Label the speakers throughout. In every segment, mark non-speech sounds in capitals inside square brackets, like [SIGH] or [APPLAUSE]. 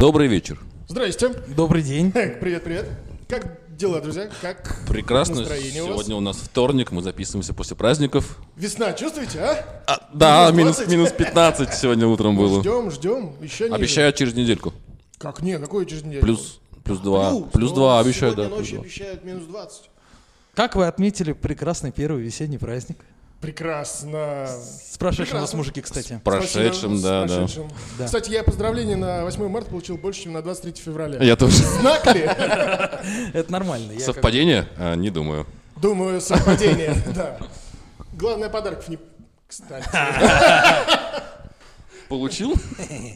Speaker 1: Добрый вечер.
Speaker 2: Здрасте.
Speaker 3: Добрый день.
Speaker 2: [LAUGHS] Привет, привет. Как дела, друзья? Как
Speaker 1: Прекрасно.
Speaker 2: настроение у вас?
Speaker 1: Сегодня у нас вторник, мы записываемся после праздников.
Speaker 2: Весна, чувствуете, а?
Speaker 1: А, да,
Speaker 2: Минус
Speaker 1: минус,
Speaker 2: 20.
Speaker 1: минус 15 сегодня утром было.
Speaker 2: Ждем, ждем. Еще не.
Speaker 1: Обещаю через недельку.
Speaker 2: Как не? Какой через неделю?
Speaker 1: Плюс, плюс 2. Плюс 2
Speaker 2: ну,
Speaker 1: обещаю, да.
Speaker 2: сегодня
Speaker 1: плюс
Speaker 2: ночью
Speaker 1: два.
Speaker 2: обещают минус 20.
Speaker 3: Как вы отметили прекрасный первый весенний праздник?
Speaker 2: Прекрасно.
Speaker 3: С прошедшим вас,
Speaker 2: Прекрасно.
Speaker 3: мужики, кстати.
Speaker 1: Прошедшим, да, да.
Speaker 3: Да.
Speaker 2: Кстати, я поздравление на 8 марта получил больше, чем на 23 февраля.
Speaker 1: Я тоже.
Speaker 2: Знак ли? [LAUGHS]
Speaker 3: Это нормально. я как-
Speaker 1: Совпадение? А, не думаю.
Speaker 2: Думаю, совпадение, [LAUGHS] да. Главное, подарков не...
Speaker 1: [LAUGHS]
Speaker 2: Кстати.
Speaker 1: Получил?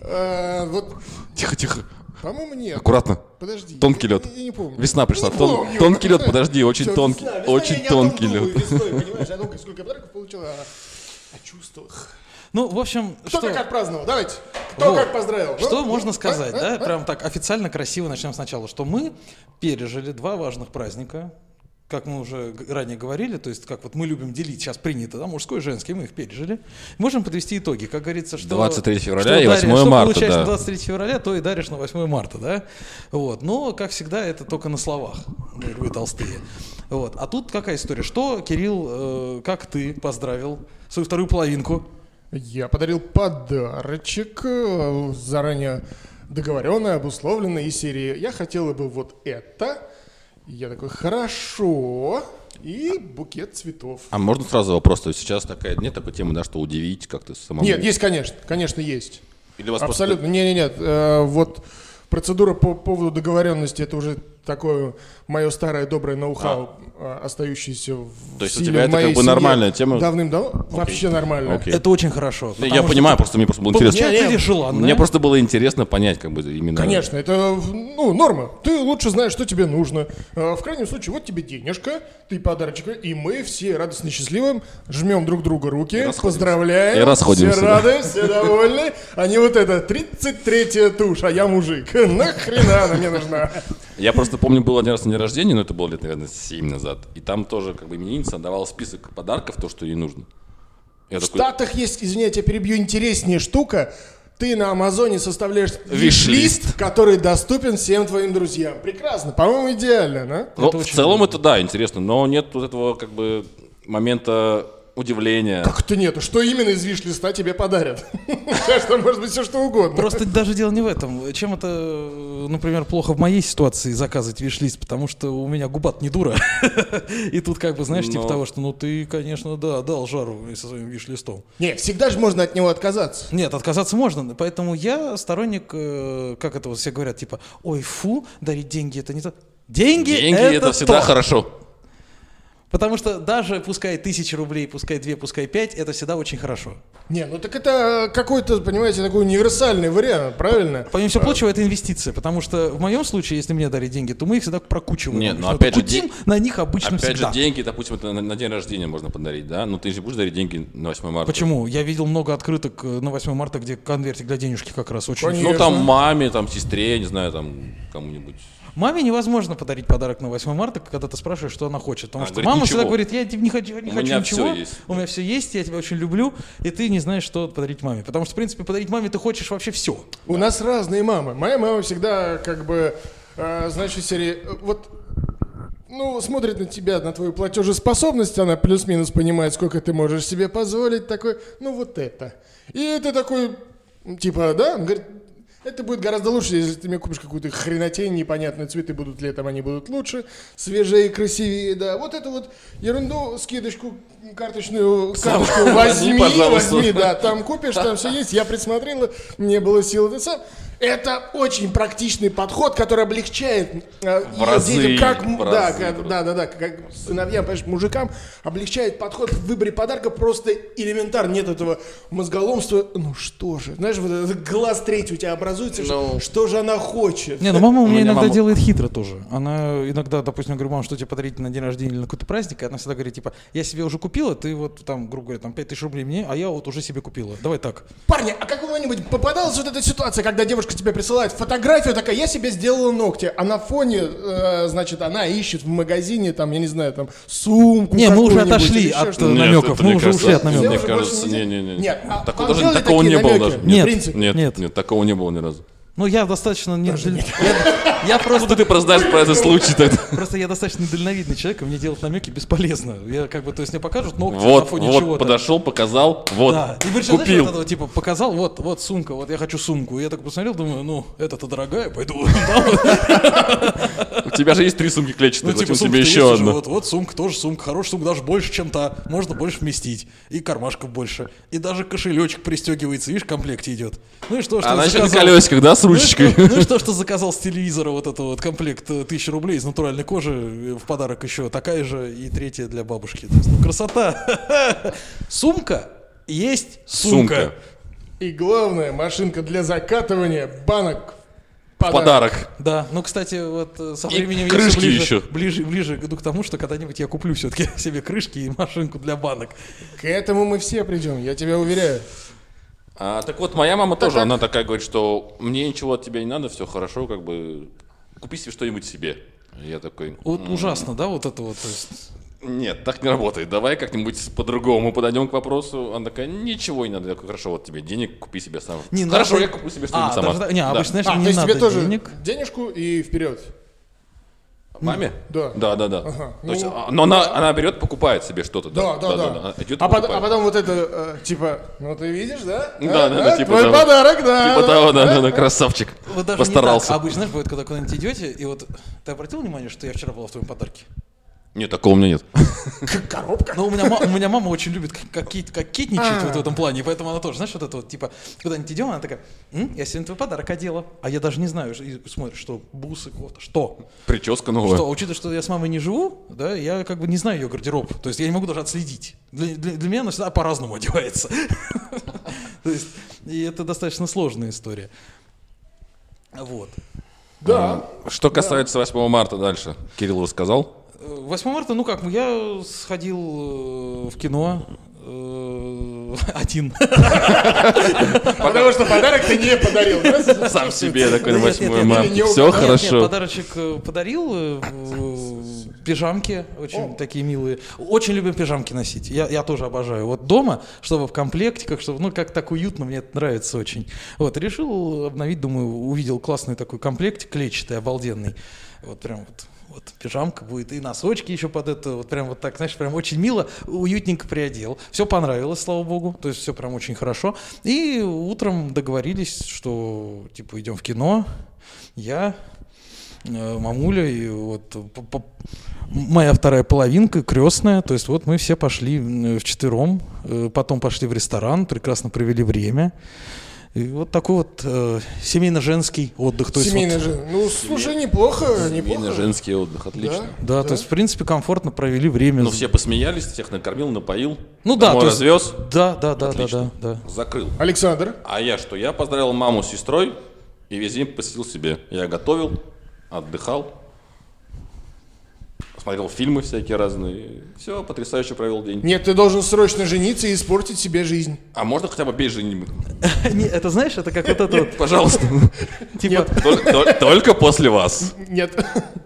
Speaker 2: Э, Вот,
Speaker 1: Тихо, тихо.
Speaker 2: по-моему, нет.
Speaker 1: Аккуратно.
Speaker 2: Подожди.
Speaker 1: Тонкий
Speaker 2: я-
Speaker 1: лед.
Speaker 2: Я не помню.
Speaker 1: Весна пришла.
Speaker 2: Не
Speaker 1: Тон-
Speaker 2: помню.
Speaker 1: тонкий лед, подожди, очень
Speaker 2: Всё,
Speaker 1: тонкий.
Speaker 2: ну, весна, весна, я
Speaker 1: очень
Speaker 2: не о том
Speaker 1: тонкий
Speaker 2: думаю
Speaker 1: лед.
Speaker 2: Весной, понимаешь, о том, сколько подарков получил, а о чувствах.
Speaker 3: Ну, в общем,
Speaker 2: Кто
Speaker 3: что,
Speaker 2: как отпраздновал? Давайте. Кто
Speaker 3: Вот.
Speaker 2: как поздравил? Ну,
Speaker 3: что
Speaker 2: ну,
Speaker 3: можно
Speaker 2: а,
Speaker 3: сказать,
Speaker 2: а,
Speaker 3: да?
Speaker 2: а.
Speaker 3: Прям так официально, красиво начнем сначала, что мы пережили два важных праздника, как мы уже г- ранее говорили, то есть как вот мы любим делить, сейчас принято, да, мужской и женский, мы их пережили. Можем подвести итоги, как говорится, что...
Speaker 1: 23 февраля
Speaker 3: что
Speaker 1: и 8
Speaker 3: что
Speaker 1: марта,
Speaker 3: получаешь
Speaker 1: да.
Speaker 3: на 23 февраля, то и даришь на 8 марта, да? Вот, но, как всегда, это только на словах, мы львы толстые. Вот, а тут какая история? Что, Кирилл, э, как ты поздравил свою вторую половинку?
Speaker 2: Я подарил подарочек, э, заранее договоренный, обусловленный из серии. Я хотела бы вот это. Я такой, хорошо. И букет цветов.
Speaker 1: А можно сразу вопрос? То есть сейчас такая, нет такой темы, да, что удивить как-то самому?
Speaker 2: Нет, есть, конечно, конечно, есть.
Speaker 1: Или вас просто-
Speaker 2: Абсолютно. Не, не, нет. э, вот процедура по поводу договоренности это уже такое мое старое доброе ноу-хау, э, остающееся в
Speaker 1: А. То есть у
Speaker 2: силе
Speaker 1: тебя
Speaker 2: в
Speaker 1: это
Speaker 2: моей
Speaker 1: как бы
Speaker 2: семье
Speaker 1: нормальная тема?
Speaker 2: Давным-давно вообще нормально.
Speaker 1: Окей.
Speaker 3: Это очень хорошо.
Speaker 1: Не, Я
Speaker 3: потому что
Speaker 1: понимаю, просто мне просто было интересно.
Speaker 3: Получает
Speaker 2: Не, не,
Speaker 3: или желанное.
Speaker 1: Мне просто было интересно понять, как бы именно.
Speaker 2: Конечно, это ну, норма. Ты лучше знаешь, что тебе нужно. Э, В крайнем случае, вот тебе денежка, ты подарочек, и мы все радостно счастливым жмем друг друга руки,
Speaker 1: расходимся.
Speaker 2: поздравляем.
Speaker 1: И расходимся,
Speaker 2: Все
Speaker 1: да.
Speaker 2: рады, все довольны. А не вот это, 33-я тушь, а я мужик. [LAUGHS] Нахрена она мне нужна?
Speaker 1: Я просто помню, был один раз на день рождения, но это было лет, наверное, 7 назад. И там тоже, как бы, именинница давала список подарков, то, что ей нужно. Я
Speaker 2: В
Speaker 1: такой,
Speaker 2: Штатах есть, извините, я перебью, интереснее штука. Ты на Амазоне составляешь
Speaker 1: Виш-лист.
Speaker 2: виш-лист, который доступен всем твоим друзьям. Прекрасно, по-моему, идеально, а? да?
Speaker 1: ну,
Speaker 3: это
Speaker 1: в
Speaker 3: очень
Speaker 1: целом это, да, интересно, но нет вот этого, как бы, момента удивления.
Speaker 2: Как это нету? Что именно из виш-листа тебе подарят? Что может быть все что угодно.
Speaker 3: Просто даже дело не в этом. Чем это, э, например, плохо в моей ситуации заказывать виш-лист, потому что у меня губа не дура. [LAUGHS] И тут как бы, знаешь, типа
Speaker 1: Но-
Speaker 3: того, что ну ты, конечно, да, дал жару со своим виш-листом.
Speaker 2: Не, всегда же можно от него отказаться.
Speaker 3: Нет, отказаться можно, поэтому я сторонник, э, как это вот все говорят, типа, ой, фу, дарить деньги это не то. Деньги,
Speaker 1: Деньги это, всегда
Speaker 3: то.
Speaker 1: хорошо.
Speaker 3: Потому что даже пускай тысяча рублей, пускай две, пускай пять, это всегда очень хорошо.
Speaker 2: Не, ну так это какой-то, понимаете, такой универсальный вариант, правильно?
Speaker 3: Помимо
Speaker 1: Э.
Speaker 3: всего прочего, это инвестиция, потому что в моем случае, если мне дарить деньги, то мы их всегда прокучиваем.
Speaker 1: Нет, ну
Speaker 3: Потому что
Speaker 1: опять же,
Speaker 3: кутим
Speaker 1: де-
Speaker 3: на них обычно
Speaker 1: Опять
Speaker 3: всегда.
Speaker 1: же, деньги, допустим, это на, на день рождения можно подарить, да? Но ты же будешь дарить деньги на 8 марта.
Speaker 3: Почему? Я видел много открыток э, на 8 марта, где конвертик для денежки как раз очень...
Speaker 2: Конечно.
Speaker 1: Ну, там, маме, там, сестре, не знаю, там, кому-нибудь.
Speaker 3: Маме невозможно подарить подарок на 8 марта, когда ты спрашиваешь, что она хочет. Потому
Speaker 1: А,
Speaker 3: что
Speaker 1: говорит,
Speaker 3: мама всегда
Speaker 1: ничего.
Speaker 3: говорит, я тебе не хочу, не
Speaker 1: У
Speaker 3: хочу
Speaker 1: меня
Speaker 3: ничего,
Speaker 1: всё есть.
Speaker 3: у меня все есть, я тебя очень люблю, и ты не знаешь, что подарить маме. Потому что, в принципе, подарить маме ты хочешь вообще все.
Speaker 2: У нас разные мамы. Моя мама всегда, как бы, э, значит, серии, э, вот, ну, смотрит на тебя, на твою платежеспособность, она плюс-минус понимает, сколько ты можешь себе позволить, такой, ну, вот это. И ты такой, типа, да, он говорит, это будет гораздо лучше, если ты мне купишь какую-то хренотень, непонятные цветы будут летом, они будут лучше, свежее, красивее, да. Вот эту вот ерунду, скидочку карточную, карточку возьми,
Speaker 1: пожалуйста.
Speaker 2: возьми, да, там купишь, там все есть. Я присмотрела, не было сил это сам. Это очень практичный подход, который облегчает э,
Speaker 1: В
Speaker 2: и
Speaker 1: разы,
Speaker 2: детям, как, м-
Speaker 1: в
Speaker 2: да,
Speaker 1: разы
Speaker 2: как-
Speaker 1: просто.
Speaker 2: да, да, да, как сыновьям, понимаешь, мужикам облегчает подход в выборе подарка просто элементарно. Нет этого мозголомства. Ну что же, знаешь, вот этот глаз третий у тебя образуется, что-
Speaker 1: Ну.
Speaker 2: что же она хочет.
Speaker 3: Не, ну мама у меня,
Speaker 1: меня
Speaker 3: иногда
Speaker 1: мама-
Speaker 3: делает хитро тоже. Она иногда, допустим, я говорю, мам, что тебе подарить на день рождения или на какой-то праздник, и она всегда говорит, типа, я себе уже купила, ты вот там, грубо говоря, там 5000 рублей мне, а я вот уже себе купила. Давай так.
Speaker 2: Парни, а как нибудь попадалась вот эта ситуация, когда девушка тебе присылает фотографию такая, я себе сделала ногти, а на фоне, э, значит, она ищет в магазине, там, я не знаю, там, сумку
Speaker 3: Не, мы уже
Speaker 2: какую-нибудь или
Speaker 3: отошли
Speaker 2: еще
Speaker 3: от
Speaker 2: что-то.
Speaker 3: э,
Speaker 1: Нет,
Speaker 3: намеков.
Speaker 1: это,
Speaker 3: Мы
Speaker 1: мне
Speaker 3: уже ушли
Speaker 1: кажется,
Speaker 3: от намеков.
Speaker 2: Все
Speaker 1: Мне
Speaker 2: уже больше
Speaker 1: кажется,
Speaker 2: не-
Speaker 1: не-не-не.
Speaker 2: Нет, а- а
Speaker 1: Такого, даже,
Speaker 2: делали
Speaker 1: такого
Speaker 2: такие
Speaker 1: не было
Speaker 2: намеки?
Speaker 1: даже.
Speaker 3: Нет.
Speaker 2: В принципе.
Speaker 1: Нет,
Speaker 3: Нет.
Speaker 1: нет, такого не было ни разу.
Speaker 3: Но Ну, я достаточно... Не... Я, я просто...
Speaker 1: Откуда ты прознаешь про этот случай тогда?
Speaker 3: Просто я достаточно недальновидный человек, и мне делать намеки бесполезно. Я как бы, то есть мне покажут ногти на
Speaker 1: Вот,
Speaker 3: фоне
Speaker 1: вот,
Speaker 3: чего-то.
Speaker 1: подошел, показал, вот,
Speaker 3: Да. И причем, знаешь, вот
Speaker 1: купил.
Speaker 3: этого типа показал, вот, вот сумка, вот я хочу сумку. И я так посмотрел, думаю, ну, это-то дорогая, пойду. [LAUGHS] дам.
Speaker 1: У тебя же есть три сумки клетчатые,
Speaker 3: Ну, типа,
Speaker 1: зачем
Speaker 3: сумка
Speaker 1: тебе еще одну?
Speaker 3: Вот, вот сумка тоже сумка, хорошая сумка, даже больше, чем та. Можно больше вместить. И кармашков больше. И даже кошелечек пристегивается, видишь, в комплекте идет. Ну и что, что
Speaker 1: Она еще на
Speaker 3: заказал?
Speaker 1: колесиках, да, А с
Speaker 3: Ну и что-
Speaker 1: ручечкой?
Speaker 3: Ну и что, что заказал с телевизора вот это вот комплект э, 1000 рублей из натуральной кожи, э, в подарок еще такая же и третья для бабушки. То есть, ну, красота! [LAUGHS] Сумка есть сумка.
Speaker 1: [LAUGHS] Сумка.
Speaker 2: И главное, машинка для закатывания банок. в
Speaker 1: Подарок.
Speaker 3: Да, ну, кстати, вот э, со
Speaker 1: И
Speaker 3: временем я
Speaker 1: крышки
Speaker 3: всё ближе,
Speaker 1: еще.
Speaker 3: ближе, ближе иду к тому, что когда-нибудь я куплю все-таки [LAUGHS] себе крышки и машинку для банок.
Speaker 2: К этому мы все придем, я тебя уверяю.
Speaker 1: А, так вот, моя мама тоже, она такая говорит, что мне ничего от тебя не надо, все хорошо, как бы купи себе что-нибудь себе. Я такой,
Speaker 3: Вот ужасно, да, вот это вот. то есть.
Speaker 1: нет, так не работает, давай как-нибудь по-другому подойдем к вопросу. Она такая, ничего не надо, я говорю, хорошо, вот тебе денег, купи себе сам.
Speaker 3: ну,
Speaker 1: хорошо,
Speaker 3: даже-
Speaker 1: я куплю себе что-нибудь
Speaker 3: а,
Speaker 1: сама.
Speaker 3: даже так- не,
Speaker 1: Да.
Speaker 3: обычно, знаешь,
Speaker 2: А,
Speaker 3: не
Speaker 2: то есть
Speaker 3: надо
Speaker 2: тебе тоже
Speaker 3: денег.
Speaker 2: денежку и вперед.
Speaker 1: А Маме?
Speaker 2: Да.
Speaker 1: Да, да, да.
Speaker 2: Ага.
Speaker 1: То есть,
Speaker 2: Ну,
Speaker 1: а, но она, она берет, покупает себе что-то.
Speaker 2: Да, да, да.
Speaker 1: Она идет и
Speaker 2: А потом, а
Speaker 1: покупает.
Speaker 2: потом вот это, э, типа, ну ты видишь, да?
Speaker 1: Да,
Speaker 2: А,
Speaker 1: да, да,
Speaker 2: а,
Speaker 1: типа
Speaker 2: Твой
Speaker 1: того.
Speaker 2: подарок, да.
Speaker 1: Типа
Speaker 2: да.
Speaker 1: того, да, да, да,
Speaker 3: [LAUGHS]
Speaker 1: красавчик.
Speaker 3: Вот даже не
Speaker 1: Постарался.
Speaker 3: так. А Обычно, знаешь, бывает, когда куда-нибудь идете, и вот ты обратил внимание, что я вчера была в твоем подарке?
Speaker 1: Нет, такого у меня нет. [LAUGHS]
Speaker 2: Как коробка.
Speaker 3: Но у меня, ма- у меня мама очень любит к- какие-то- кокетничать
Speaker 2: А.
Speaker 3: вот в этом плане, и поэтому она тоже, знаешь, вот это вот, типа, куда-нибудь идем, она такая, «М, я сегодня твой подарок одела, а я даже не знаю, и смотришь, что бусы, кофта, что?
Speaker 1: Прическа новая.
Speaker 3: Что, а учитывая, что я с мамой не живу, да, я как бы не знаю ее гардероб. То есть я не могу даже отследить. Для, для- для меня она всегда по-разному [LAUGHS] одевается. То есть, и это достаточно сложная история. Вот.
Speaker 2: Да.
Speaker 1: А, Что касается 8 марта дальше, Кирилл рассказал.
Speaker 3: Э, 8 марта, ну как, я сходил э, в кино э, [LAUGHS] один.
Speaker 2: Потому что подарок ты не подарил. да?
Speaker 1: Сам себе такой
Speaker 3: Да
Speaker 1: на
Speaker 3: нет,
Speaker 1: 8
Speaker 3: нет,
Speaker 1: марта.
Speaker 2: нет, нет, нет,
Speaker 1: Все
Speaker 3: Нет, нет,
Speaker 1: Ну, хорошо.
Speaker 3: подарочек э, подарил э, в- в пижамки, очень такие милые. Очень любим пижамки носить. Я, я тоже обожаю. Вот дома, чтобы в комплекте, как чтобы, ну как так уютно, мне это нравится очень. Вот решил обновить, думаю, увидел классный такой комплект клетчатый, обалденный. Вот прям вот. Вот пижамка будет, и носочки еще под это, вот прям вот так, знаешь, прям очень мило, уютненько приодел. Все понравилось, слава богу, то есть все прям очень хорошо. И утром договорились, что типа идем в кино, я, э, мамуля и вот п- п- моя вторая половинка крестная. То есть вот мы все пошли в четвером, потом пошли в ресторан, прекрасно провели время. И вот такой вот э, семейно-женский отдых. То есть вот-
Speaker 2: Семейный же. Ну, слушай, неплохо,
Speaker 1: Именно
Speaker 2: неплохо.
Speaker 1: женский отдых, отлично.
Speaker 3: да, то есть в принципе комфортно провели время.
Speaker 1: Ну, все посмеялись, всех накормил, напоил.
Speaker 3: Ну да,
Speaker 1: домой
Speaker 3: то есть-
Speaker 1: развез,
Speaker 3: Да, да, да, да, да,
Speaker 1: Отлично.
Speaker 3: да.
Speaker 1: закрыл.
Speaker 2: Александр,
Speaker 1: А я что? Я поздравил маму с сестрой и весь день посетил себе. Я готовил, отдыхал, смотрел фильмы всякие разные. Все, потрясающе провел день.
Speaker 2: нет, ты должен срочно жениться и испортить себе жизнь.
Speaker 1: А можно хотя бы без женитьбы?
Speaker 3: [LAUGHS] Не, это знаешь, это как вот это вот,
Speaker 1: Пожалуйста.
Speaker 3: типа,
Speaker 1: Тол- тол- Только после вас.
Speaker 2: Нет.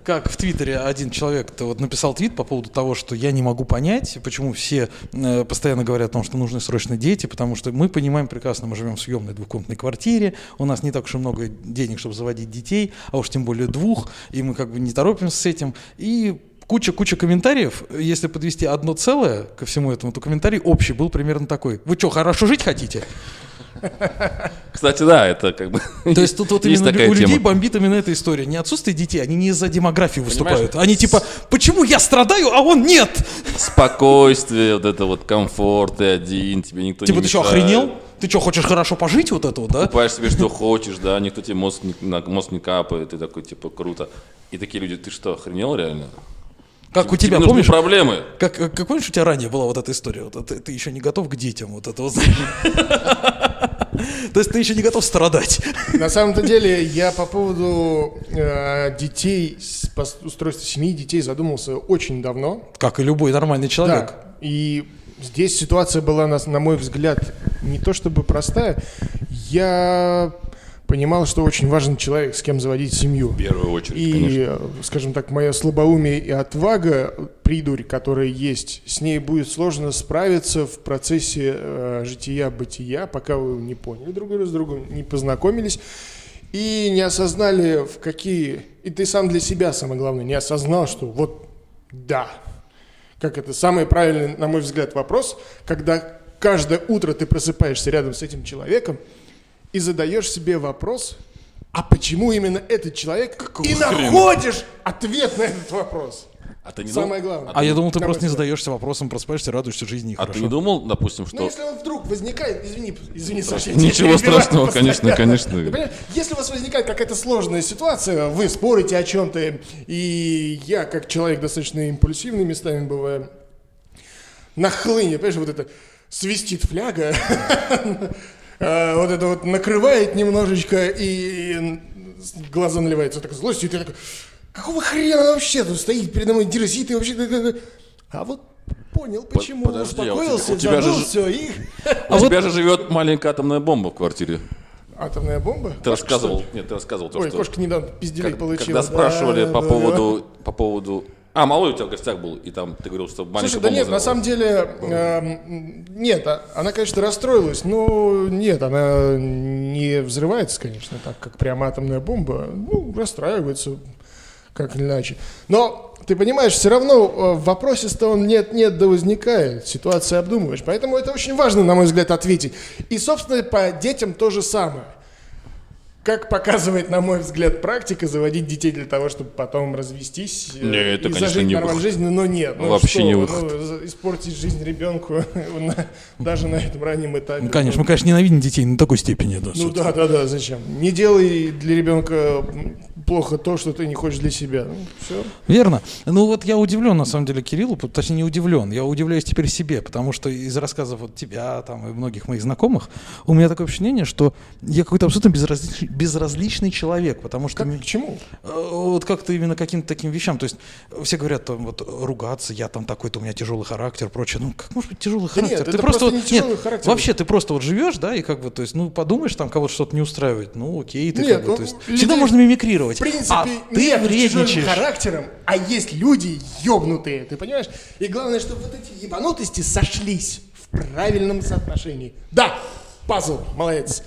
Speaker 3: Как в Твиттере один человек -то вот написал твит по поводу того, что я не могу понять, почему все э, постоянно говорят о том, что нужны срочно дети, потому что мы понимаем прекрасно, мы живем в съемной двухкомнатной квартире, у нас не так уж и много денег, чтобы заводить детей, а уж тем более двух, и мы как бы не торопимся с этим. И куча-куча комментариев, если подвести одно целое ко всему этому, то комментарий общий был примерно такой. Вы что, хорошо жить хотите?
Speaker 1: Кстати, да, это как бы...
Speaker 3: То есть тут вот
Speaker 1: есть
Speaker 3: именно
Speaker 1: такая
Speaker 3: у людей
Speaker 1: тема.
Speaker 3: бомбит именно эта история. Не отсутствие детей, они не из-за демографии выступают.
Speaker 1: Понимаешь?
Speaker 3: Они типа, почему я страдаю, а он нет?
Speaker 1: Спокойствие, вот это вот комфорт, ты один, тебе никто не
Speaker 3: типа, ты что,
Speaker 1: мешает.
Speaker 3: охренел? Ты что, хочешь хорошо пожить вот это вот, да?
Speaker 1: Покупаешь себе, что хочешь, да, никто тебе мозг не, на мозг не капает, ты такой, типа, круто. И такие люди, ты что, охренел реально?
Speaker 3: Как у
Speaker 1: Тебе
Speaker 3: тебя,
Speaker 1: нужны
Speaker 3: помнишь?
Speaker 1: проблемы.
Speaker 3: Как, э, как как помнишь, у тебя ранее была вот эта история? Вот это, ты еще не готов к детям, вот
Speaker 1: [LAUGHS]
Speaker 3: это вот. знаешь. То есть ты еще не готов страдать.
Speaker 2: На самом-то деле, я по поводу э, детей, с- по устройства семьи детей задумался очень давно.
Speaker 3: Как и любой нормальный человек.
Speaker 2: Да. И здесь ситуация была, на, на мой взгляд, не то чтобы простая. Я понимал, что очень важен человек, с кем заводить семью.
Speaker 1: В первую очередь, конечно.
Speaker 2: И, э, скажем так, мое слабоумие и отвага, придурь, которая есть, с ней будет сложно справиться в процессе э, жития-бытия, пока вы не поняли друг друга, с другом не познакомились. и не осознали, в какие... И ты сам для себя, самое главное, не осознал, что вот да. Как это самый правильный, на мой взгляд, вопрос, когда каждое утро ты просыпаешься рядом с этим человеком и задаешь себе вопрос, а почему именно этот человек, и
Speaker 1: хрена?
Speaker 2: находишь ответ на этот вопрос.
Speaker 1: А ты не
Speaker 2: Самое
Speaker 1: дум-
Speaker 2: главное.
Speaker 3: А я думал, ты
Speaker 2: На мой
Speaker 3: просто не
Speaker 2: взгляд.
Speaker 3: задаешься вопросом, просыпаешься, радуешься жизни. и
Speaker 1: А ты
Speaker 3: хорошо.
Speaker 1: не думал, допустим,
Speaker 2: Ну,
Speaker 1: что...
Speaker 2: если он вдруг возникает, извини, извини, Саша, я тебя
Speaker 1: Ничего
Speaker 2: перебиваю
Speaker 1: страшного,
Speaker 2: постоянно.
Speaker 1: конечно,
Speaker 2: Ты
Speaker 1: конечно.
Speaker 2: понимаешь, Если у вас возникает какая-то сложная ситуация, вы спорите о чем-то, и я, как человек достаточно импульсивный местами бываю, нахлынет, понимаешь, вот это свистит фляга, [LAUGHS] э, вот это вот накрывает немножечко, и глаза наливаются такой злостью, и ты такой, какого хрена вообще тут стоит передо мной дерзит, и вообще... ты- ты- А вот понял, почему,
Speaker 1: подожди, а у тебя-
Speaker 2: успокоился,
Speaker 1: у тебя же
Speaker 2: забыл
Speaker 1: ж-
Speaker 2: все,
Speaker 1: [LAUGHS]
Speaker 2: и...
Speaker 1: У тебя же живет маленькая атомная бомба в квартире.
Speaker 2: Атомная бомба?
Speaker 1: Ты рассказывал, нет, ты рассказывал то,
Speaker 2: Ой,
Speaker 1: что...
Speaker 2: кошка недавно пиздюлей
Speaker 1: Как-
Speaker 2: получила.
Speaker 1: Когда спрашивали
Speaker 2: Да,
Speaker 1: по
Speaker 2: да, да.
Speaker 1: поводу, по поводу... А, малой у тебя в гостях был, и там ты говорил, что маленькая
Speaker 2: Слушай, да
Speaker 1: бомба
Speaker 2: нет, на
Speaker 1: взорвалась.
Speaker 2: самом деле, эм, нет, а- она, конечно, расстроилась, но нет, она не взрывается, конечно, так, как прям атомная бомба, ну, расстраивается, как или иначе. Но, ты понимаешь, все равно э, в вопросе-то он нет-нет, да возникает, ситуация обдумываешь, поэтому это очень важно, на мой взгляд, ответить. И, собственно, по детям то же самое. Как показывает, на мой взгляд, практика, заводить детей для того, чтобы потом развестись э,
Speaker 1: Не, это,
Speaker 2: и
Speaker 1: конечно,
Speaker 2: зажить
Speaker 1: не
Speaker 2: нормальную
Speaker 1: выход.
Speaker 2: жизнь, но нет. ну
Speaker 1: Вообще
Speaker 2: что
Speaker 1: не
Speaker 2: вы,
Speaker 1: выход.
Speaker 2: ну, за- испортить жизнь ребенку [LAUGHS] на- даже на этом раннем этапе.
Speaker 3: Ну, конечно, мы, конечно, ненавидим детей на такой степени. Да,
Speaker 2: Ну да,
Speaker 3: собственно.
Speaker 2: да, да, зачем? Не делай для ребенка плохо то, что ты не хочешь для себя. Ну, все.
Speaker 3: Верно. Ну вот я удивлен, на самом деле, Кириллу, пот- точнее не удивлен, я удивляюсь теперь себе, потому что из рассказов вот тебя там и многих моих знакомых, у меня такое впечатление, что я какой-то абсолютно безразличный, безразличный человек, потому что...
Speaker 2: Как,
Speaker 3: ми-
Speaker 2: к чему?
Speaker 3: Э, Вот как-то именно каким-то таким вещам. То есть э, все говорят, там, вот э, ругаться, я там такой-то, у меня тяжелый характер, прочее. Ну, как может быть тяжелый
Speaker 2: Да нет,
Speaker 3: характер?
Speaker 2: это просто не
Speaker 3: вот-
Speaker 2: тяжелый характер.
Speaker 3: Вообще, ты просто вот живешь, да, и как бы, то есть, ну, подумаешь, там кого-то что-то не устраивает. Ну, окей, ты
Speaker 2: Нет,
Speaker 3: как бы,
Speaker 2: ну,
Speaker 3: то есть,
Speaker 2: людей-
Speaker 3: всегда можно мимикрировать.
Speaker 2: В принципе,
Speaker 3: а ты
Speaker 2: нет тяжелым
Speaker 3: вредничаешь.
Speaker 2: характером, а есть люди ёбнутые, ты понимаешь? И главное, чтобы вот эти ебанутости сошлись в правильном соотношении. Да, пазл, молодец.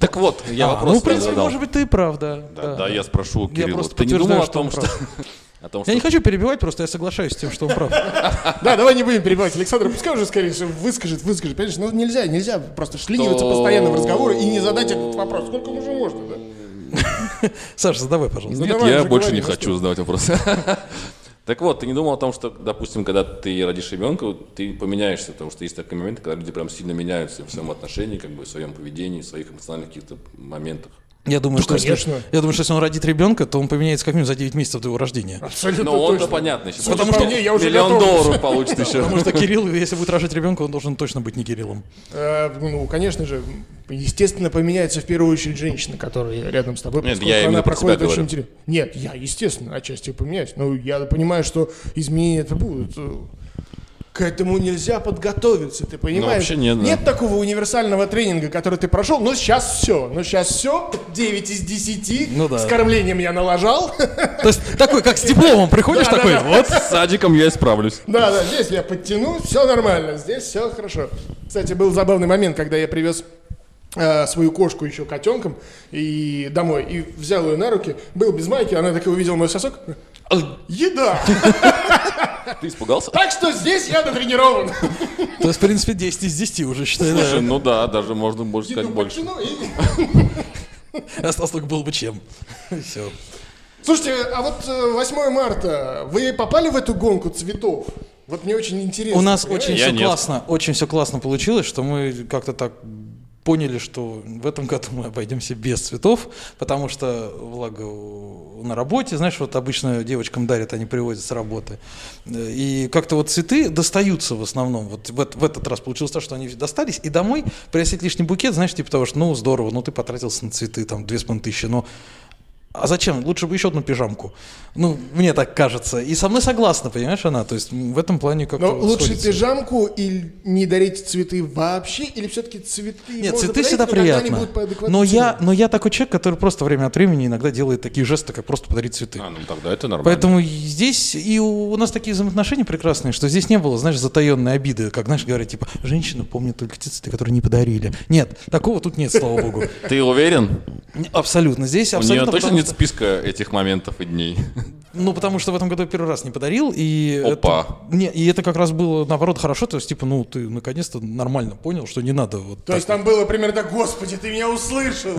Speaker 1: Так вот, я
Speaker 3: А,
Speaker 1: вопрос
Speaker 3: ну, в принципе,
Speaker 1: задал.
Speaker 3: может быть, ты и прав, да.
Speaker 1: Да, да, я спрошу у
Speaker 3: Я
Speaker 1: Кирилла.
Speaker 3: просто
Speaker 1: Ты не
Speaker 3: подтверждаю,
Speaker 1: думал о
Speaker 3: что он
Speaker 1: том, что... [LAUGHS] О том,
Speaker 3: Я не
Speaker 1: что...
Speaker 3: хочу перебивать, просто я соглашаюсь с тем, что он прав.
Speaker 2: Да, давай не будем перебивать Александра, пускай уже скорее всего выскажет, выскажет. Понимаешь, ну нельзя, нельзя просто шлениваться постоянно в разговоры и не задать этот вопрос. Сколько уже можно, да?
Speaker 3: Саша, задавай, пожалуйста.
Speaker 1: Нет,
Speaker 2: давай
Speaker 1: я
Speaker 2: уже
Speaker 1: больше
Speaker 2: говори,
Speaker 1: не
Speaker 2: ну
Speaker 1: хочу задавать вопрос. [LAUGHS] Так вот, ты не думал о том, что, допустим, когда ты родишь ребенка, ты поменяешься, потому что есть такие моменты, когда люди прям сильно меняются в своем отношении, как бы в своем поведении, в своих эмоциональных каких-то
Speaker 2: [LAUGHS]
Speaker 1: моментах.
Speaker 3: Я думаю, что если-
Speaker 2: конечно.
Speaker 3: я думаю, что если он родит ребенка, то он поменяется как минимум за 9 месяцев до его рождения.
Speaker 2: Абсолютно
Speaker 1: Но он-то
Speaker 2: точно.
Speaker 1: понятно. Сейчас
Speaker 2: Потому
Speaker 1: потому что
Speaker 2: что мне, я уже
Speaker 1: миллион
Speaker 2: готов.
Speaker 1: долларов получит еще. [LAUGHS]
Speaker 3: Потому что а Кирилл, если будет рожать ребенка, он должен точно быть не Кириллом.
Speaker 2: Э, ну, конечно же, естественно, поменяется в первую очередь женщина, которая рядом с тобой,
Speaker 1: Нет,
Speaker 2: поскольку
Speaker 1: я
Speaker 2: она
Speaker 1: именно про
Speaker 2: проходит
Speaker 1: себя
Speaker 2: очень
Speaker 1: говорю.
Speaker 2: интересно. Нет, я, естественно, отчасти поменяюсь. Но я понимаю, что изменения это будут. К этому нельзя подготовиться, ты понимаешь?
Speaker 1: Ну, вообще нет, да.
Speaker 2: такого универсального тренинга, который ты прошел, но сейчас все. Ну сейчас все, 9 из 10,
Speaker 3: Ну да.
Speaker 2: с кормлением я налажал. [LAUGHS]
Speaker 3: То есть такой, как с дипломом, приходишь
Speaker 2: Да, да,
Speaker 3: такой,
Speaker 2: да.
Speaker 3: вот.
Speaker 1: С садиком я исправлюсь.
Speaker 2: Да, да, здесь я подтяну, все нормально, здесь все хорошо. Кстати, был забавный момент, когда я привез э, свою кошку еще котенком и домой, и взял ее на руки, был без майки, она так и увидела мой сосок, еда!
Speaker 1: Ты испугался?
Speaker 2: Так что здесь я натренирован.
Speaker 3: То есть, в принципе, 10 из 10 уже, считай. да.
Speaker 1: Слушай, ну да, даже можно больше
Speaker 2: Еду
Speaker 1: сказать больше.
Speaker 2: подтяну и...
Speaker 3: Осталось только было бы чем. [LAUGHS] Все.
Speaker 2: Слушайте, а вот э, 8 марта, вы попали в эту гонку цветов? Вот мне очень интересно.
Speaker 3: У нас
Speaker 2: понимаешь?
Speaker 3: очень
Speaker 1: Я
Speaker 3: все
Speaker 1: нет.
Speaker 3: классно, очень все классно получилось, что мы как-то так поняли, что в этом году мы обойдемся без цветов, потому что влага у- на работе, знаешь, вот обычно девочкам дарят, они привозят с работы. Э, И как-то вот цветы достаются в основном. Вот в, эт- в этот раз получилось так, что они достались, и домой приносить лишний букет, знаешь, типа того, что ну здорово, ну ты потратился на цветы, там, две с половиной тысячи, но а зачем? Лучше бы еще одну пижамку. Ну, мне так кажется. И со мной согласна, понимаешь, она. То есть м, в этом плане как-то...
Speaker 2: Но
Speaker 3: вот
Speaker 2: лучше
Speaker 3: сходится.
Speaker 2: пижамку и не дарить цветы вообще, или все-таки цветы?
Speaker 3: Нет,
Speaker 2: можно
Speaker 3: цветы
Speaker 2: подарить,
Speaker 3: всегда
Speaker 2: но когда они
Speaker 3: приятно.
Speaker 2: будут по адекватной
Speaker 3: Но я,
Speaker 2: цене?
Speaker 3: но я такой человек, который просто время от времени иногда делает такие жесты, как просто подарить цветы.
Speaker 1: А, ну тогда это нормально.
Speaker 3: Поэтому и здесь и у, у нас такие взаимоотношения прекрасные, что здесь не было, знаешь, затаенной обиды, как, знаешь, говорят, типа, женщина помнит только те цветы, которые не подарили. Нет, такого тут нет, слава богу.
Speaker 1: Ты уверен?
Speaker 3: Не, Абсолютно. Здесь
Speaker 1: У нее
Speaker 3: абсолютно...
Speaker 1: точно
Speaker 3: потому
Speaker 1: нет
Speaker 3: что-
Speaker 1: списка этих моментов и дней.
Speaker 3: Ну, потому что в этом году я первый раз не подарил, и...
Speaker 1: Опа.
Speaker 3: Это, не, и это как раз было, наоборот, хорошо, то есть, типа, ну, ты наконец-то нормально понял, что не надо вот
Speaker 2: То
Speaker 3: так
Speaker 2: есть там было примерно так, господи, ты меня
Speaker 1: [LAUGHS]
Speaker 2: услышал.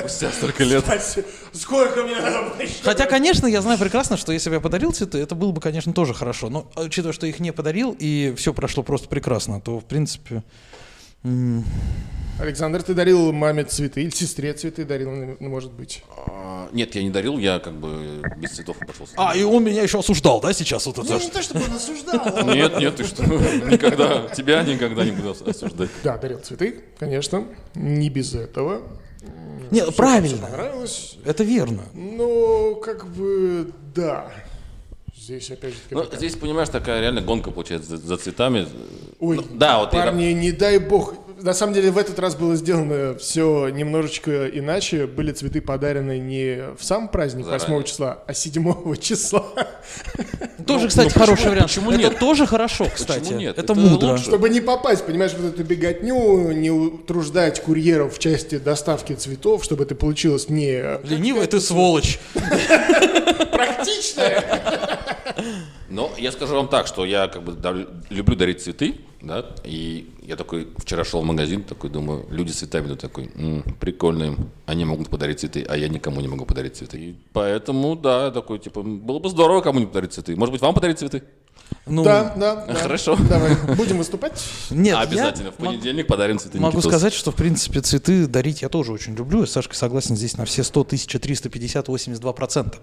Speaker 1: Спустя столько лет.
Speaker 2: Спаси- Сколько мне надо было еще?»
Speaker 3: Хотя, конечно, я знаю прекрасно, что если бы я подарил цветы, это было бы, конечно, тоже хорошо. Но а, учитывая, что их не подарил, и все прошло просто прекрасно, то, в принципе... м,
Speaker 2: Александр, ты дарил маме цветы или сестре цветы дарил, ну, может быть.
Speaker 1: А, Нет, я не дарил, я как бы без цветов обошелся.
Speaker 3: А, и он меня еще осуждал, да, сейчас вот это?
Speaker 2: Я
Speaker 3: за что?
Speaker 2: Ну, то, чтобы он осуждал.
Speaker 1: [LAUGHS] Нет, нет, ты что? Никогда. Тебя никогда не буду осуждать.
Speaker 2: Да, дарил цветы, конечно. Не без этого.
Speaker 3: Не,
Speaker 2: ну,
Speaker 3: правильно.
Speaker 2: Понравилось.
Speaker 3: Это верно.
Speaker 2: Ну, как бы, да. Здесь, опять же,
Speaker 1: Ну, здесь, понимаешь, такая реально гонка получается за, за цветами.
Speaker 2: Ой,
Speaker 1: Ну, да, вот я-
Speaker 2: парни, не дай бог. На самом деле в этот раз было сделано все немножечко иначе. Были цветы подарены не в сам праздник
Speaker 1: Заранее.
Speaker 2: 8 числа, а 7 числа.
Speaker 3: Тоже, кстати, хороший вариант.
Speaker 1: ну, почему
Speaker 3: это
Speaker 1: нет?
Speaker 3: тоже хорошо, кстати.
Speaker 1: нет?
Speaker 3: Это,
Speaker 1: Это
Speaker 3: мудро.
Speaker 1: лучше.
Speaker 2: Чтобы не попасть, понимаешь, вот эту беготню, не утруждать курьеров в части доставки цветов, чтобы это получилось не э,
Speaker 3: Ленивый ты сволочь.
Speaker 2: практичное.
Speaker 1: Но я скажу вам так, что я как бы дав- люблю дарить цветы, да, и я такой вчера шел в магазин, такой думаю, люди с цветами идут, такой, «М, прикольно им, они могут подарить цветы, а я никому не могу подарить цветы. И поэтому, да, я такой, типа, «М, было бы здорово кому-нибудь подарить цветы. Может быть, вам подарить цветы?
Speaker 3: Ну,
Speaker 2: Да, да, да.
Speaker 1: Хорошо.
Speaker 2: Давай, будем выступать.
Speaker 3: нет, я
Speaker 1: Обязательно, в
Speaker 3: мог-
Speaker 1: понедельник подарим цветы
Speaker 3: Могу
Speaker 1: Никитосу.
Speaker 3: сказать, что, в принципе, цветы дарить я тоже очень люблю. Я с Сашкой согласен здесь на все 100 350 82 процента.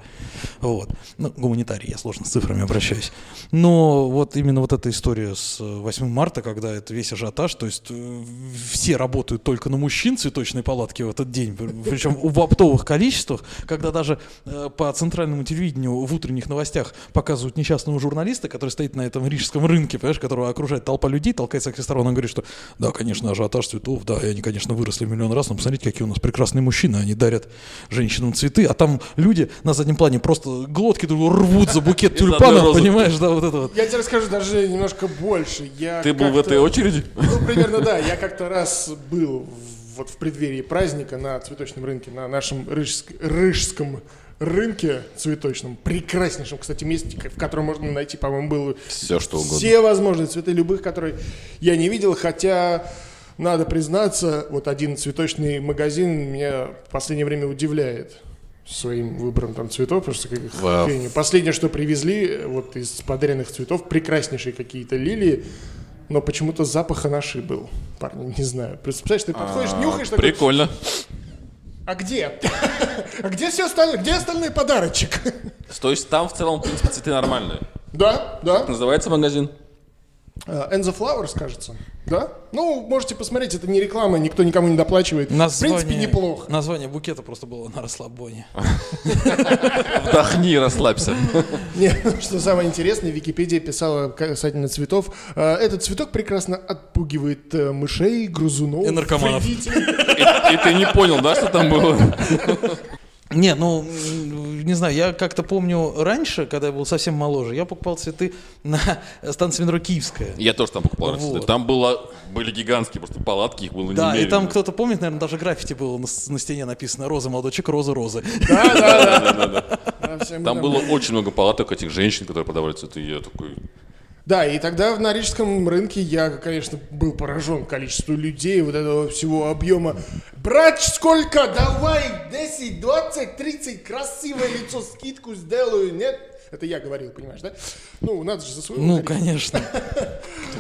Speaker 3: Вот. Ну, гуманитарий, я сложно с цифрами обращаюсь. Но вот именно вот эта история с э, 8 марта, когда это весь ажиотаж, то есть э, все работают только на мужчин цветочной палатки в этот день, причем в оптовых количествах, когда даже э, по центральному телевидению в утренних новостях показывают несчастного журналиста, который стоит на этом рижском рынке, понимаешь, которого окружает толпа людей, толкается к ресторану, он говорит, что да, конечно, ажиотаж цветов, да, и они, конечно, выросли в миллион раз, но посмотрите, какие у нас прекрасные мужчины, они дарят женщинам цветы, а там люди на заднем плане просто глотки друг другу рвут за букет
Speaker 1: Из-за одной
Speaker 3: тюльпанов,
Speaker 1: розы.
Speaker 3: понимаешь, да, вот это вот.
Speaker 2: Я тебе расскажу даже немножко больше. Я
Speaker 1: Ты был в
Speaker 2: как-то-
Speaker 1: этой очереди?
Speaker 2: Ну, примерно, да. Я как-то раз был в- вот в преддверии праздника на цветочном рынке, на нашем рыжск- рыжском рынке цветочном, прекраснейшем, кстати, месте, к- в котором можно найти, по-моему, было
Speaker 1: Все, что угодно.
Speaker 2: все возможные цветы, любых, которые я не видел, хотя, надо признаться, вот один цветочный магазин меня в последнее время удивляет своим выбором там цветов, потому что как их
Speaker 1: Вау.
Speaker 2: хрень. Последнее, что привезли, э, вот из подаренных цветов, прекраснейшие какие-то лилии, но почему-то запах анаши был, парни, не знаю. Представляешь, ты подходишь, нюхаешь, такой,
Speaker 1: Прикольно.
Speaker 2: а где? [LAUGHS] А где все остальные? Где остальные подарочек? [LAUGHS]
Speaker 1: То есть там в целом, в принципе, цветы нормальные.
Speaker 2: Да, да.
Speaker 1: Называется магазин?
Speaker 2: Э, And the Flowers, кажется. Да? Ну, можете посмотреть, это не реклама, никто никому не доплачивает. В принципе, неплохо. [LAUGHS]
Speaker 3: Название букета просто было на расслабоне.
Speaker 1: Вдохни и расслабься.
Speaker 2: Не, ну, что самое интересное, Википедия писала касательно цветов. э, Этот цветок прекрасно отпугивает э, мышей, грызунов.
Speaker 3: И наркоманов.
Speaker 2: вредителей.
Speaker 1: И и ты не понял, да, что там было?
Speaker 3: Не, ну, м, не знаю, я как-то помню раньше, когда я был совсем моложе, я покупал цветы на станции метро Киевская.
Speaker 1: Я тоже там покупал раньше
Speaker 3: Вот.
Speaker 1: цветы. Там было, были гигантские просто палатки, их было
Speaker 3: Да, и
Speaker 1: немерено.
Speaker 3: там кто-то помнит, наверное, даже граффити было на, с- на стене написано «Роза, молодой человек, роза, розы».
Speaker 2: Да, все мы
Speaker 1: Там было очень много палаток этих женщин, которые продавали цветы. И я такой,
Speaker 2: Да, и тогда в Норильском рынке я, конечно, был поражен количеством людей, вот этого всего объема. Брать сколько? Давай 10, 20, 30, красивое лицо, скидку сделаю, нет? Это я говорил, понимаешь, да? Ну, надо же за свою
Speaker 3: Ну,
Speaker 2: уходить.
Speaker 3: конечно.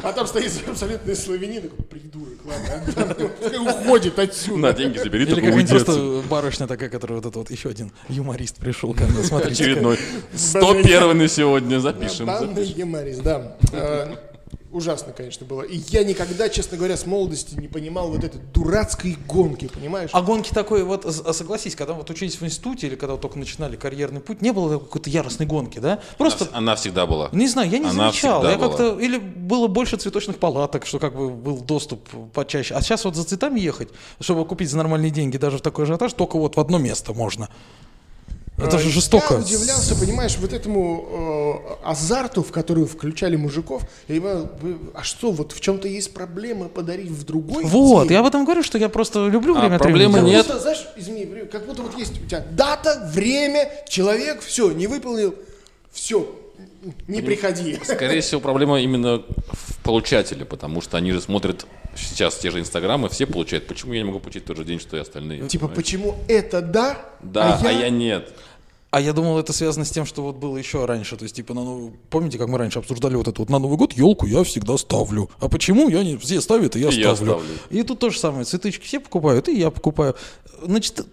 Speaker 2: А там стоит абсолютный славянин, такой, придурок, ладно, а отдам». уходит а
Speaker 1: на
Speaker 2: отсюда.
Speaker 1: деньги забери,
Speaker 3: Или
Speaker 1: только
Speaker 3: какая-нибудь
Speaker 1: уйди [LAUGHS] отсюда.
Speaker 3: просто барышня такая, которая вот это вот, еще один юморист пришел ко мне, смотрите.
Speaker 1: Очередной. 101 на сегодня запишем.
Speaker 2: Банный
Speaker 1: запишем.
Speaker 2: геморрой, да. Э, Ужасно, конечно, было. И я никогда, честно говоря, с молодости не понимал вот этой дурацкой гонки, понимаешь?
Speaker 3: А гонки такой, вот с- а согласись, когда вот учились в институте или когда вот только начинали карьерный путь, не было какой-то яростной гонки, да? Просто
Speaker 1: Она всегда была.
Speaker 3: Не знаю, я не
Speaker 1: Она
Speaker 3: замечал.
Speaker 1: всегда
Speaker 3: Я
Speaker 1: была.
Speaker 3: как-то или было больше цветочных палаток, что как бы был доступ почаще. А сейчас вот за цветами ехать, чтобы купить за нормальные деньги, даже в такой ажиотаж, только вот в одно место можно. Это
Speaker 2: Э,
Speaker 3: же жестоко.
Speaker 2: Я удивлялся, понимаешь, вот этому э, азарту, в которую включали мужиков. Я понимаю, вы- а что, вот в чем-то есть проблема подарить в другой
Speaker 3: Вот,
Speaker 2: день?
Speaker 3: я об этом говорю, что я просто люблю
Speaker 1: А,
Speaker 3: время от
Speaker 1: проблемы
Speaker 2: Как
Speaker 3: времени.
Speaker 1: нет.
Speaker 2: будто, знаешь, извини, блин, как будто вот есть у тебя дата, время, человек, все, не выполнил, все, не
Speaker 1: [LAUGHS]
Speaker 2: приходи.
Speaker 1: Скорее всего, проблема именно в получателе, потому что они же смотрят сейчас те же инстаграмы, все получают. Почему я не могу получить в тот же день, что и
Speaker 3: Ну,
Speaker 1: остальные?
Speaker 2: Типа,
Speaker 1: понимаешь?
Speaker 2: почему это да,
Speaker 1: Да, а я нет.
Speaker 3: А я думал, это связано с тем, что вот было еще раньше. То есть, типа, на Новый... помните, как мы раньше обсуждали вот это вот на Новый год елку я всегда ставлю. А почему я не все ставят, и я,
Speaker 1: И я
Speaker 3: ставлю.
Speaker 1: ставлю.
Speaker 3: И тут то же самое. Цветочки все покупают, и я покупаю. Значит,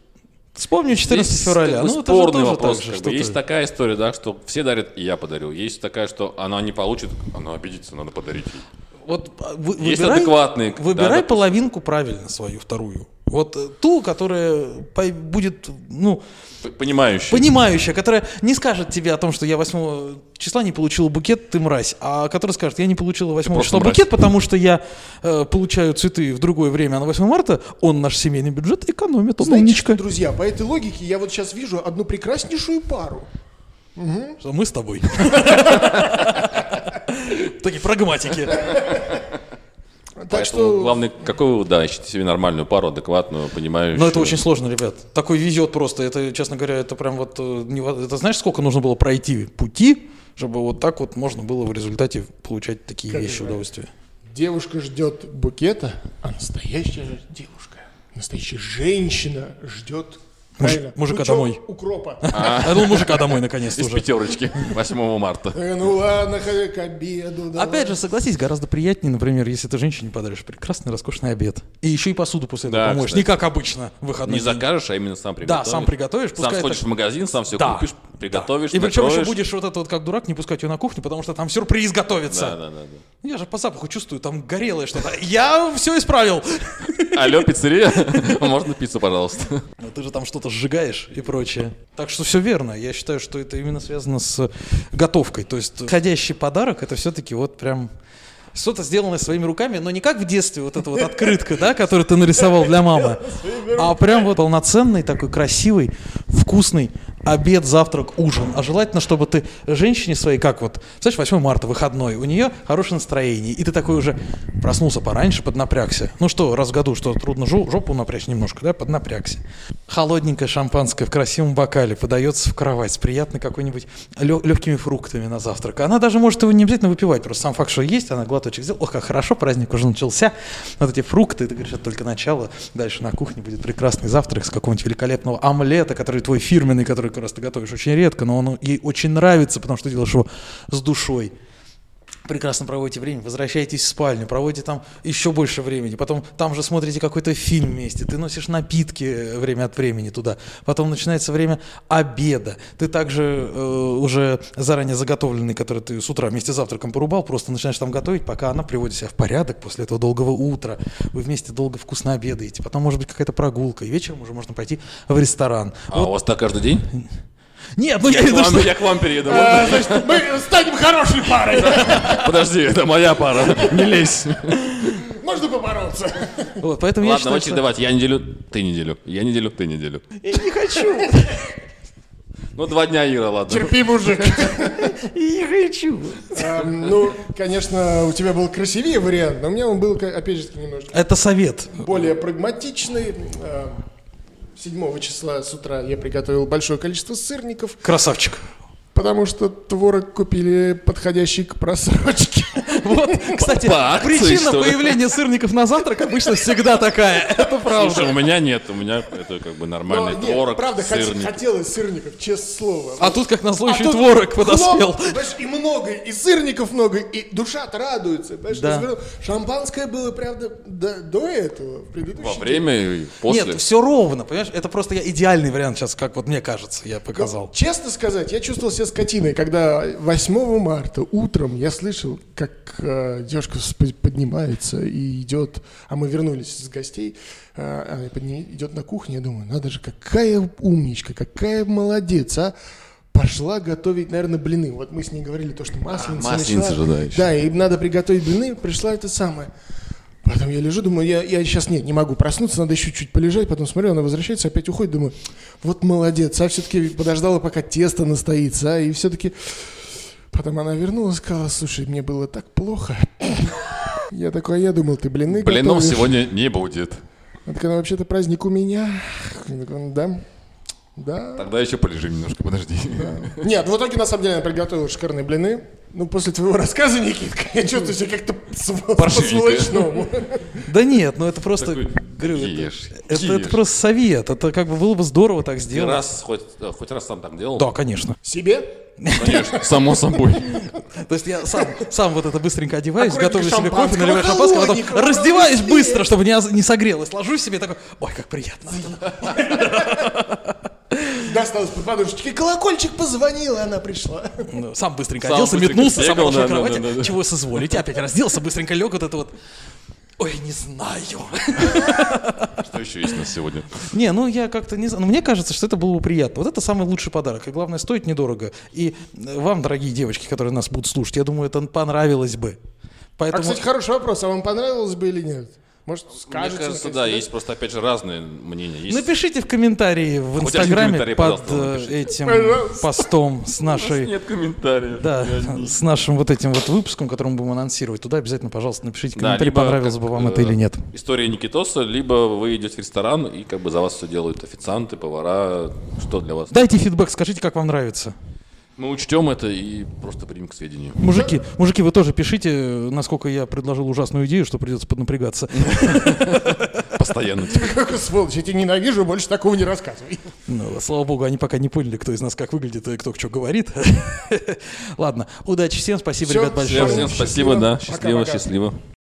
Speaker 3: вспомню 14
Speaker 1: Здесь
Speaker 3: февраля.
Speaker 1: как бы
Speaker 3: ну, это же
Speaker 1: спорный
Speaker 3: тоже
Speaker 1: вопрос.
Speaker 3: так
Speaker 1: как
Speaker 3: же.
Speaker 1: бы.
Speaker 3: что-то.
Speaker 1: Есть такая история, да, что все дарят, и я подарю. Есть такая, что она не получит, она обидится, надо подарить. ей.
Speaker 3: Вот а, вы-
Speaker 1: Есть
Speaker 3: выбирай,
Speaker 1: адекватные, да,
Speaker 3: Выбирай
Speaker 1: допустим.
Speaker 3: половинку правильно свою, вторую. Вот э, ту, которая пой- будет, ну,
Speaker 1: П- Понимающий.
Speaker 3: понимающая, которая не скажет тебе о том, что я 8 числа не получила букет, ты мразь, а которая скажет, я не получила 8
Speaker 1: просто
Speaker 3: числа
Speaker 1: мразь.
Speaker 3: букет, потому что я э, получаю цветы в другое время, а на 8 марта он наш семейный бюджет экономит, он
Speaker 2: Знаете,
Speaker 3: умничка.
Speaker 2: друзья, по этой логике я вот сейчас вижу одну прекраснейшую пару.
Speaker 3: Что А мы с тобой. Такие прагматики.
Speaker 2: Так
Speaker 1: Поэтому
Speaker 2: что
Speaker 1: Главное, какой вы, да, ищите себе нормальную пару, адекватную, понимающую.
Speaker 3: Но это очень сложно, ребят. Такой везет просто. Это, честно говоря, это прям вот... э, нево- Это знаешь, сколько нужно было пройти пути, чтобы вот так вот можно было в результате получать такие вещи удовольствия.
Speaker 2: девушка ждет букета, а настоящая же девушка, настоящая женщина ждет
Speaker 3: Муж-
Speaker 2: правильно,
Speaker 3: мужика
Speaker 2: пучок
Speaker 3: домой.
Speaker 2: Укропа.
Speaker 3: Я думал, мужика домой наконец-то
Speaker 1: Из
Speaker 3: уже.
Speaker 1: пятерочки [LAUGHS] 8 марта.
Speaker 2: Э, Ну ладно, ходя к обеду.
Speaker 1: Ну,
Speaker 2: давай.
Speaker 3: Опять же, согласись, гораздо приятнее, например, если ты женщине подаришь прекрасный, роскошный обед. И еще и посуду после этого
Speaker 1: Да,
Speaker 3: помоешь.
Speaker 1: кстати.
Speaker 3: Не как обычно, в выходной
Speaker 1: Не
Speaker 3: день.
Speaker 1: закажешь, а именно сам приготовишь.
Speaker 3: сам приготовишь,
Speaker 1: Сам
Speaker 3: пускай
Speaker 1: сходишь
Speaker 3: это-
Speaker 1: в магазин, сам все
Speaker 3: Да.
Speaker 1: купишь, приготовишь,
Speaker 3: И причем еще
Speaker 1: накроешь.
Speaker 3: будешь вот это вот как дурак не пускать ее на кухню, потому что там сюрприз готовится.
Speaker 1: Да, да, да. да.
Speaker 3: Я же по запаху чувствую, там горелое что-то. Я все исправил.
Speaker 1: Алло, пиццерия, [LAUGHS] можно пиццу, пожалуйста?
Speaker 3: Но Ну, ты же там что-то сжигаешь и прочее. Так что все верно. Я считаю, что это именно связано с готовкой. То есть входящий подарок это все-таки вот прям что-то сделанное своими руками, но не как в детстве вот эта вот открытка, да, которую ты нарисовал для мамы, а прям вот полноценный такой красивый, вкусный обед, завтрак, ужин. А желательно, чтобы ты женщине своей, как вот, знаешь, 8 марта, выходной, у нее хорошее настроение, и ты такой уже проснулся пораньше, поднапрягся. Ну что, раз в году, что трудно жо- жопу напрячь немножко, да, поднапрягся. Холодненькое шампанское в красивом бокале подается в кровать с приятной какой-нибудь легкими фруктами на завтрак. Она даже может его не обязательно выпивать, просто сам факт, что есть, она глоточек сделала, ох, как хорошо, праздник уже начался, вот эти фрукты, ты говоришь, это только начало, дальше на кухне будет прекрасный завтрак с какого-нибудь великолепного омлета, который твой фирменный, который как раз ты готовишь очень редко, но он ей очень нравится, потому что ты делаешь его с душой прекрасно проводите время, возвращаетесь в спальню, проводите там еще больше времени, потом там же смотрите какой-то фильм вместе, ты носишь напитки э, время от времени туда, потом начинается время обеда, ты также э, уже заранее заготовленный, который ты с утра вместе с завтраком порубал, просто начинаешь там готовить, пока она приводит себя в порядок после этого долгого утра, вы вместе долго вкусно обедаете, потом может быть какая-то прогулка, и вечером уже можно пойти в ресторан.
Speaker 1: А у вас так каждый день?
Speaker 3: Нет, ну я, [LAUGHS]
Speaker 1: Я к
Speaker 3: это
Speaker 1: вам,
Speaker 3: что-
Speaker 1: я к вам перееду. можно?
Speaker 2: А, значит, мы станем хорошей парой.
Speaker 1: Подожди, это моя пара, не лезь.
Speaker 2: Можно побороться.
Speaker 3: [LAUGHS] Вот, поэтому я
Speaker 1: Ладно,
Speaker 3: считаю,
Speaker 1: давайте
Speaker 3: что-
Speaker 1: давать. Я неделю, ты неделю. Я неделю, ты неделю.
Speaker 3: Я не хочу,
Speaker 1: [LAUGHS] Ну, два дня, Ира, ладно.
Speaker 2: Терпи, мужик.
Speaker 3: я не хочу.
Speaker 2: Эм, Ну, конечно, у тебя был красивее вариант, но у меня он был, ка- опять же, таки, немножечко
Speaker 3: Это совет.
Speaker 2: более прагматичный. Эм, 7 числа с утра я приготовил большое количество сырников,
Speaker 3: Красавчик.
Speaker 2: потому что творог купили подходящий к просрочке. [LAUGHS]
Speaker 3: Вот, кстати,
Speaker 1: по акции,
Speaker 3: причина
Speaker 1: что ли?
Speaker 3: появления сырников на завтрак обычно
Speaker 1: [LAUGHS]
Speaker 3: всегда такая. Это
Speaker 1: [LAUGHS] Слушай, у
Speaker 3: правда.
Speaker 1: меня нет, у меня это как бы
Speaker 2: Но,
Speaker 1: нормальный
Speaker 2: нет,
Speaker 1: творог,
Speaker 2: Правда, хот-
Speaker 1: сырник.
Speaker 2: хотелось сырников, честное слово.
Speaker 3: А тут, как назло, еще и
Speaker 2: тут
Speaker 3: творог
Speaker 2: [LAUGHS]
Speaker 3: подоспел.
Speaker 2: хлоп, понимаешь, и много, и сырников много, и душа-то радуется. понимаешь,
Speaker 3: Да.
Speaker 2: я говорю, шампанское было, правда, до, до этого, в предыдущий
Speaker 1: Во время и после.
Speaker 3: Нет, все ровно, понимаешь? Это просто я идеальный вариант сейчас, как вот мне кажется, я показал.
Speaker 2: Честно сказать, я чувствовал себя скотиной, когда 8 марта утром я слышал, как э, девушка всп- поднимается и идет, а мы вернулись из гостей, э, она подни- идет на кухню, я думаю, надо же, какая умничка, какая молодец, а! Пошла готовить, наверное, блины. Вот мы с ней говорили то, что масленица
Speaker 1: масленица
Speaker 2: начала.
Speaker 1: же, да, еще.
Speaker 2: Да, и надо приготовить блины, пришла это самое. Потом я лежу, думаю, я, я сейчас нет, не могу проснуться, надо еще чуть полежать. Потом смотрю, она возвращается, опять уходит, думаю, вот молодец, а все-таки подождала, пока тесто настоится, а, и все-таки... Потом она вернулась, сказала, слушай, мне было так плохо. [COUGHS] Я такой, а я думал, ты блины
Speaker 1: Блинов
Speaker 2: готовишь».
Speaker 1: сегодня не будет.
Speaker 2: Она такая, ну вообще-то праздник у меня. Я такой, «Ну да, да.
Speaker 1: Тогда еще полежим немножко,
Speaker 3: [LAUGHS]
Speaker 1: подожди.
Speaker 2: Нет, ну в итоге, на самом деле, она приготовила шикарные блины. Ну, после твоего рассказа, Никитка, я чувствую себя как-то св-
Speaker 1: Паршивенько.
Speaker 2: по-сволочному.
Speaker 3: Да нет, ну это просто,
Speaker 1: Такой,
Speaker 3: говорю, это-
Speaker 1: ешь,
Speaker 3: это, это
Speaker 1: ешь.
Speaker 3: просто совет. Это как бы было бы здорово так
Speaker 1: Ты
Speaker 3: сделать.
Speaker 1: раз, хоть, э, хоть раз сам так делал?
Speaker 3: Да, конечно.
Speaker 2: Себе?
Speaker 1: Конечно, [LAUGHS] само
Speaker 3: [LAUGHS]
Speaker 1: собой.
Speaker 3: То есть я сам, сам вот это быстренько одеваюсь,
Speaker 2: Аккуратненько
Speaker 3: готовлю себе кофе,
Speaker 2: шампанского,
Speaker 3: наливаю шампанское, потом
Speaker 2: холодненького,
Speaker 3: раздеваюсь
Speaker 2: правда,
Speaker 3: быстро, чтобы не, оз- не согрелось. Ложусь себе и такой, ой, как приятно.
Speaker 1: Ну,
Speaker 2: Достал из-под подушечки. Колокольчик позвонил, и она пришла.
Speaker 3: Ну, Сам быстренько
Speaker 1: Сам
Speaker 3: оделся,
Speaker 1: быстренько
Speaker 3: метнулся, сам
Speaker 1: сбегал,
Speaker 3: пошел к
Speaker 1: да, да,
Speaker 3: кровати.
Speaker 1: да, да, да.
Speaker 3: Чего созволите? Опять разделся, быстренько лег вот это вот. Ой, не знаю.
Speaker 1: Что еще есть у нас сегодня?
Speaker 3: Не, ну я как-то не знаю. Ну, мне кажется, что это было бы приятно. Вот это самый лучший подарок. И главное, стоит недорого. И э, вам, дорогие девочки, которые нас будут слушать, я думаю, это понравилось бы.
Speaker 2: А,
Speaker 3: Поэтому...
Speaker 2: кстати, хороший вопрос. А вам понравилось бы или нет? Может, скажете?
Speaker 1: Мне кажется,
Speaker 2: наконец,
Speaker 1: да, есть просто, опять же, разные мнения. Есть-
Speaker 3: Напишите в комментарии в
Speaker 1: один
Speaker 3: Инстаграме
Speaker 1: комментарий,
Speaker 3: под
Speaker 1: пожалуйста,
Speaker 3: э,
Speaker 1: напишите.
Speaker 3: этим
Speaker 2: Пожалуйста.
Speaker 3: постом с нашей...
Speaker 1: Нет комментариев.
Speaker 3: Да,
Speaker 1: Я не-
Speaker 3: с нашим вот этим вот выпуском, который мы будем анонсировать, туда обязательно, пожалуйста, напишите
Speaker 1: Да,
Speaker 3: комментарий,
Speaker 1: либо
Speaker 3: понравилось
Speaker 1: как,
Speaker 3: бы вам
Speaker 1: э,
Speaker 3: это или нет.
Speaker 1: История Никитоса, либо вы идете в ресторан, и как бы за вас все делают официанты, повара, что для вас.
Speaker 3: Дайте фидбэк, скажите, как вам нравится.
Speaker 1: Мы учтем это и просто примем к сведению.
Speaker 3: Мужики, мужики, вы тоже пишите, э, насколько я предложил ужасную идею, что придется поднапрягаться.
Speaker 1: Постоянно.
Speaker 2: Какой сволочь, я тебя ненавижу, больше такого не рассказывай.
Speaker 3: Ну, слава богу, они пока не поняли, кто из нас как выглядит и кто к что говорит. [LAUGHS] Ладно, удачи всем, спасибо,
Speaker 2: Всё,
Speaker 3: ребят,
Speaker 2: всем
Speaker 3: большое.
Speaker 1: Всем спасибо,
Speaker 2: Счастливо.
Speaker 1: да. Счастливо,
Speaker 2: Пока-пока.
Speaker 1: счастливо.